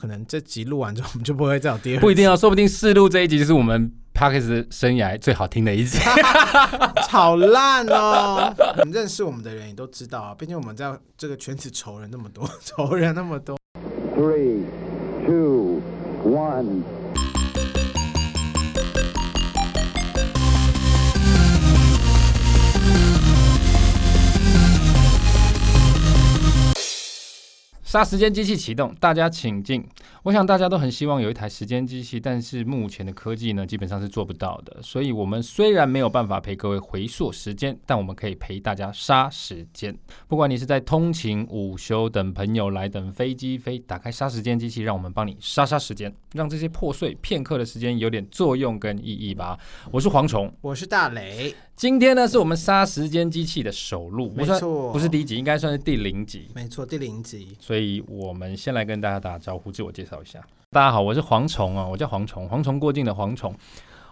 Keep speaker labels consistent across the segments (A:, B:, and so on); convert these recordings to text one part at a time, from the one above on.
A: 可能这集录完之后，我们 就不会再有第二集。
B: 不一定哦，说不定试录这一集就是我们 p a c k e s 生涯最好听的一集。
A: 好烂哦！你认识我们的人也都知道啊，毕竟我们在这个圈子仇人那么多， 仇人那么多。
C: Three, two, one.
B: 杀时间机器启动，大家请进。我想大家都很希望有一台时间机器，但是目前的科技呢，基本上是做不到的。所以，我们虽然没有办法陪各位回溯时间，但我们可以陪大家杀时间。不管你是在通勤、午休等朋友来等飞机飞，打开杀时间机器，让我们帮你杀杀时间，让这些破碎片刻的时间有点作用跟意义吧。我是蝗虫，
A: 我是大雷，
B: 今天呢是我们杀时间机器的首录，
A: 没
B: 不算
A: 错
B: 不是第一集，应该算是第零集。
A: 没错，第零集。
B: 所以我们先来跟大家打招呼，自我介绍一下。大家好，我是蝗虫啊，我叫蝗虫，蝗虫过境的蝗虫。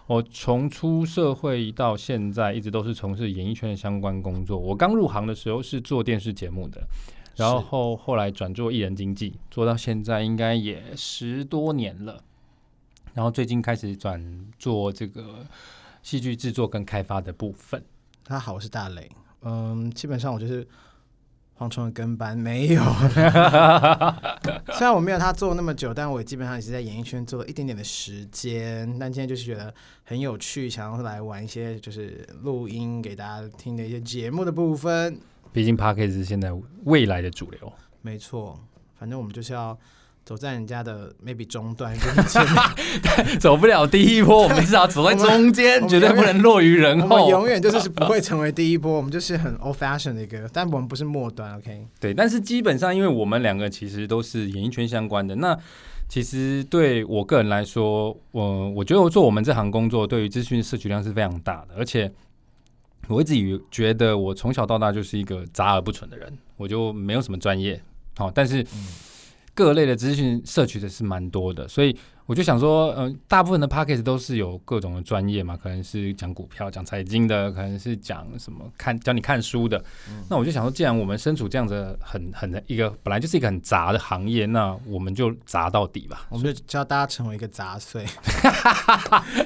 B: 我从出社会到现在，一直都是从事演艺圈的相关工作。我刚入行的时候是做电视节目的，然后后来转做艺人经纪，做到现在应该也十多年了。然后最近开始转做这个戏剧制作跟开发的部分。
A: 大家好，我是大雷。嗯，基本上我就是蝗虫的跟班，没有。虽然我没有他做那么久，但我也基本上也是在演艺圈做了一点点的时间。但今天就是觉得很有趣，想要来玩一些就是录音给大家听的一些节目的部分。
B: 毕竟 p a c k a g e 是现在未来的主流。
A: 没错，反正我们就是要走在人家的 maybe 中段，就是前面，
B: 走不了第一波，我们至少走在中
A: 我
B: 间，
A: 们
B: 绝对不能落于人
A: 我们
B: 后。
A: 永远就是不会成为第一波，我们 就是很 old fashion 的一个，但我们不是末端，OK？
B: 对，但是基本上，因为我们两个其实都是演艺圈相关的，那其实对我个人来说，我、我觉得我做我们这行工作，对于资讯摄取量是非常大的，而且我一直以为觉得我从小到大就是一个杂而不纯的人，我就没有什么专业，好、但是各类的资讯摄取的是蛮多的，所以我就想说，嗯、大部分的 p a c k a g e 都是有各种的专业嘛，可能是讲股票、讲财经的，可能是讲什么看教你看书的。那我就想说，既然我们身处这样子很很一个本来就是一个很杂的行业，那我们就杂到底吧。
A: 我们就教大家成为一个杂 碎，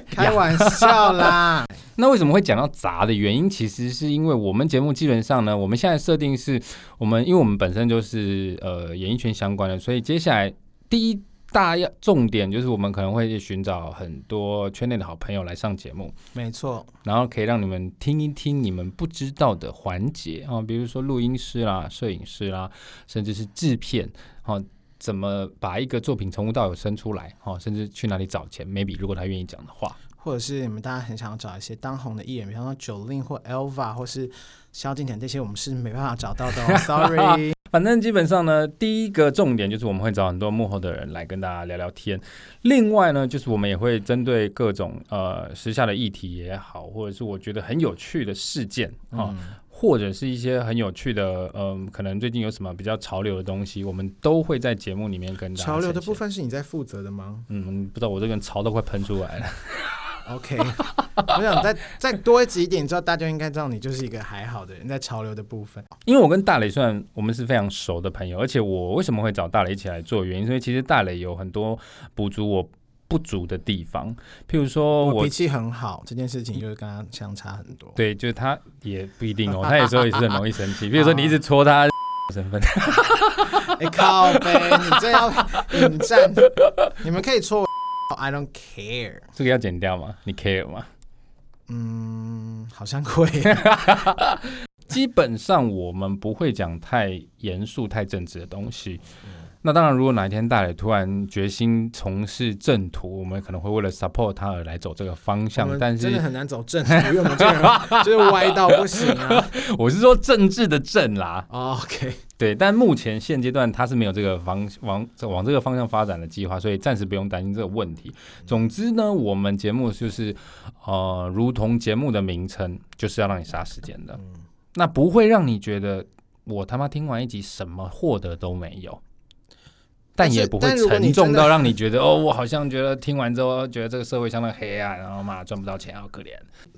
A: 开玩笑啦。
B: 那为什么会讲到杂的原因，其实是因为我们节目基本上呢，我们现在设定是我们，因为我们本身就是呃演艺圈相关的，所以接下来第一大要重点就是我们可能会寻找很多圈内的好朋友来上节目，
A: 没错，
B: 然后可以让你们听一听你们不知道的环节啊、哦比如说录音师啦、摄影师啦，甚至是制片啊、哦怎么把一个作品从无到有生出来啊、哦甚至去哪里找钱，maybe 如果他愿意讲的话。
A: 或者是你们大家很想要找一些当红的艺人，比方说九令或 Elva 或是萧敬腾这些，我们是没办法找到 的、哦、，sorry。
B: 反正基本上呢，第一个重点就是我们会找很多幕后的人来跟大家聊聊天。另外呢，就是我们也会针对各种呃时下的议题也好，或者是我觉得很有趣的事件
A: 嗯
B: 啊，或者是一些很有趣的，嗯、可能最近有什么比较潮流的东西，我们都会在节目里面跟大家
A: 潮流的
B: 呈
A: 部。
B: 现
A: 分是你在负责的吗
B: 嗯，不知道我这个人潮都快喷出来了。
A: ？OK，我想再再多几点，之后大家应该知道你就是一个还好的人，在潮流的部分。
B: 因为我跟大磊虽然我们是非常熟的朋友，而且我为什么会找大磊一起来做，原因是因为其实大磊有很多补足我不足的地方，譬如说
A: 我
B: 我
A: 脾气很好，这件事情就是跟他相差很多。
B: 对，就是他也不 一定哦，他有时候也是很容易生气。比如说你一直戳他身份，
A: 哎、靠呗，你这要引战，你们可以戳我，I don't care。
B: 这个要剪掉吗？你 care 吗？
A: 嗯，好像 会。
B: 基本上我们不会讲太严肃、太正直的东西。
A: 嗯
B: 那当然，如果哪一天大磊突然决心从事正途，我们可能会为了 support 他而来走这个方
A: 我
B: 向。但
A: 们真的
B: 是
A: 很难走正途，因为我们这个人就是歪到不行啊。哦
B: 我是说政治的正啦，
A: OK，
B: 对。但目前现阶段他是没有这个方往往这个方向发展的计划，所以暂时不用担心这个问题。总之呢，我们节目就是呃，如同节目的名称，就是要让你杀时间的。
A: 嗯
B: 那不会让你觉得我他妈听完一集什么获得都没有，
A: 但
B: 但
A: 是
B: 也不会
A: 但如果你
B: 沉
A: 真的
B: 重到让你觉得哦，我好像觉得听完之后觉得这个社会相当黑暗，然后嘛赚不到钱，好可怜。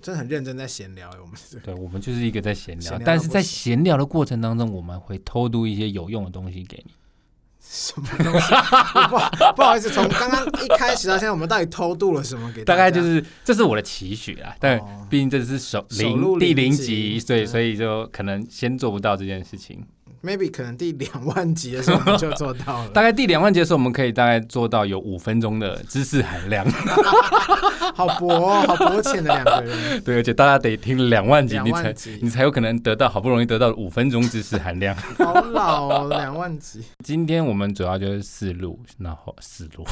A: 真的很认真在闲聊、欸我们是。
B: 对，我们就是一个在闲
A: 闲
B: 聊，
A: 聊
B: 但
A: 到
B: 是
A: 不
B: 在
A: 行
B: 闲聊的过程当中，我们会偷渡一些有用的东西给你。
A: 什么东西？ 我不好不好意思，从刚刚一开始到现在，我们到底偷渡了什么给
B: 大
A: 大
B: 概
A: 家？
B: 就是这是我的期许啊，但毕竟这是首
A: 首录
B: 零第
A: 零
B: 零
A: 集
B: 集，对，
A: 嗯
B: 所以就可能先做不到这件事情。
A: maybe 可能第两万集的时候我们就做到
B: 大
A: 了，
B: 概第两万集的时候，我们可以大概做到有五分钟的知识含量，
A: 好薄、哦，好薄浅的两个人。
B: 对，而且大家得听两万集，
A: 两
B: 你
A: 万
B: 才
A: 集
B: 你才有可能得到好不容易得到的五分钟知识含量。
A: 好老哦，两万集，
B: 今天我们主要就是四路，然后四路，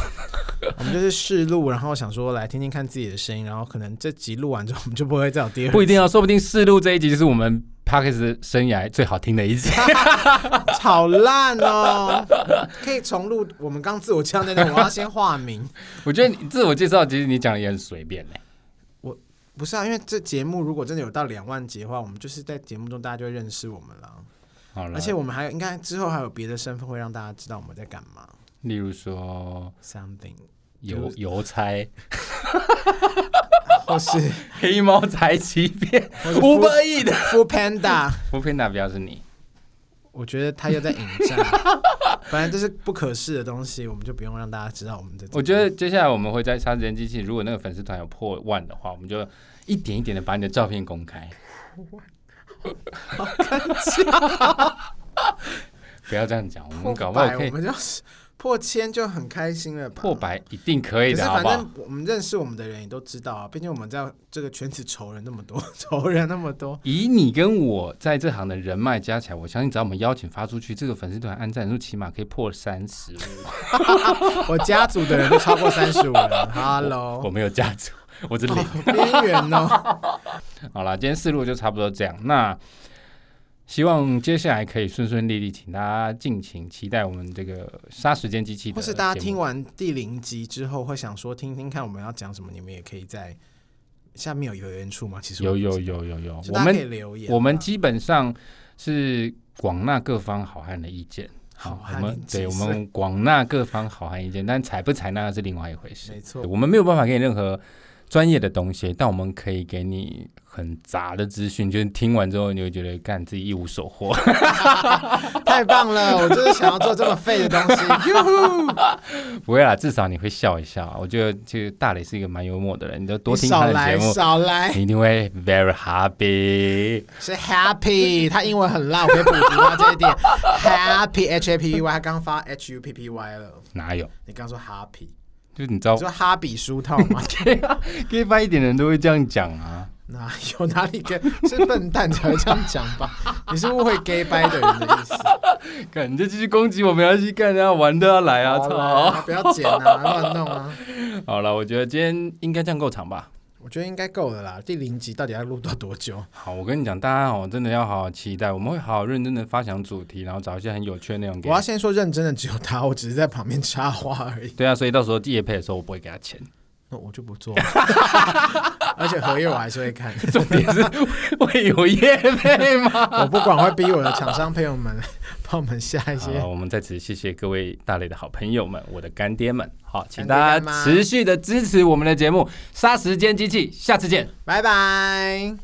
A: 我们就是试录，然后想说来听听看自己的声音，然后可能这集录完之后，我们就不会再有第二集，
B: 不一定啊，说不定四路这一集就是我们 p a c k e s 生涯最好听的一集。
A: 好烂哦！可以重录我们刚自我介绍那段，我要先化名。
B: 我觉得你自我介绍其实你讲的也很随便欸嘞、
A: 不是啊，因为这节目如果真的有到两万集的话，我们就是在节目中大家就会认识我们了，
B: 好了，
A: 而且我们还有应该之后还有别的身份会让大家知道我们在干嘛。
B: 例如说
A: Something，
B: 邮邮差、
A: 或是
B: 黑猫宅急 便、
A: 或是
B: 五百亿的
A: f o o Panda，
B: 不佩娜，不要是你。
A: 我觉得他又在引战，反正这是不可视的东西，我们就不用让大家知道我们的。
B: 我觉得接下来我们会在杀时间机器，如果那个粉丝团有破万的话，我们就一点一点的把你的照片公开。 不要这样讲，我们搞
A: 破
B: 不好
A: 百，
B: 可
A: 我
B: 以
A: 们就是破千就很开心了吧？
B: 破百，一定可以
A: 可是
B: 的，好
A: 反
B: 不好？
A: 正我们认识我们的人也都知道啊，毕竟我们在这个圈子仇人那么多， 仇人那么 多，
B: 以你跟我在这行的人脉加起来，我相信只要我们邀请发出去，这个粉丝团按赞数起码可以破三十五。
A: 我家族的人都超过三十五人。
B: 我
A: Hello，
B: 没有加足，我 是零。
A: 边缘哦。
B: 好啦，今天思路就差不多这样。那希望接下来可以顺顺利利，请大家敬请期待我们这个杀时间机器的节目。
A: 或是大家听完第零集之后，会想说听听看我们要讲什么，你们也可以在下面有留言处吗？其实我
B: 有
A: 不知道
B: 有，有有有，
A: 就
B: 我
A: 大家可以
B: 们
A: 留言吧。
B: 我们基本上是广纳各方好汉的意见。
A: 好
B: 我
A: 汉
B: 们
A: 年
B: 对
A: 纪
B: 我
A: 岁
B: 们广纳各方好汉意见，但采不采纳是另外一回事
A: 没。错，
B: 我们没有办法给你任何专业的东西，但我们可以给你很杂的资讯，就是听完之后你会觉得干自己一无所获。
A: 太棒 了！我就是想要做这么废的东西。哟呼
B: 不会啦，至少你会笑一笑啊。我觉得这个大磊是一个蛮幽默的人，你就多
A: 你
B: 听
A: 少
B: 他的节
A: 来
B: 目，
A: 少来，
B: 你一定会 very happy。
A: 是 happy，他英文很烂，我可以补足他这一 点。happy h a p p y，他刚发 h u p p y 了。
B: 哪有？
A: 你刚说 happy，
B: 就是你知道
A: 你说哈比书套 吗？
B: ，gay 拜一点的人都会这样讲啊。
A: 哪有哪里跟是笨蛋才会这样讲 吧？你是误会 gay 掰的人的意思。
B: 干，你就继续攻击我，没关系，干，人家玩都要来啊！
A: 好
B: 操！
A: 啦不要剪啊，乱弄啊！
B: 好了，我觉得今天应该这样够长吧。
A: 我觉得应该够了啦。第零集到底要录到多久？
B: 好，我跟你讲，大家哦，真的要好好期待，我们会好好认真的发想主题，然后找一些很有趣的内容给
A: 我
B: 你
A: 要。先说认真的，只有他，我只是在旁边插话而已。
B: 对啊，所以到时候夜配的时候，我不会给他钱。
A: 那我就不做了， 而且合约我还是会看。
B: 重点是会有夜配吗？
A: 我不管会逼我的厂商朋友们 帮我们下一
B: 好
A: 些。
B: 我们在此谢谢各位大磊的好朋友们，我的干爹们，好，
A: 干爹
B: 请
A: 干
B: 大家
A: 妈
B: 持续的支持我们的节目《杀时间机器》，下次见。
A: 拜拜。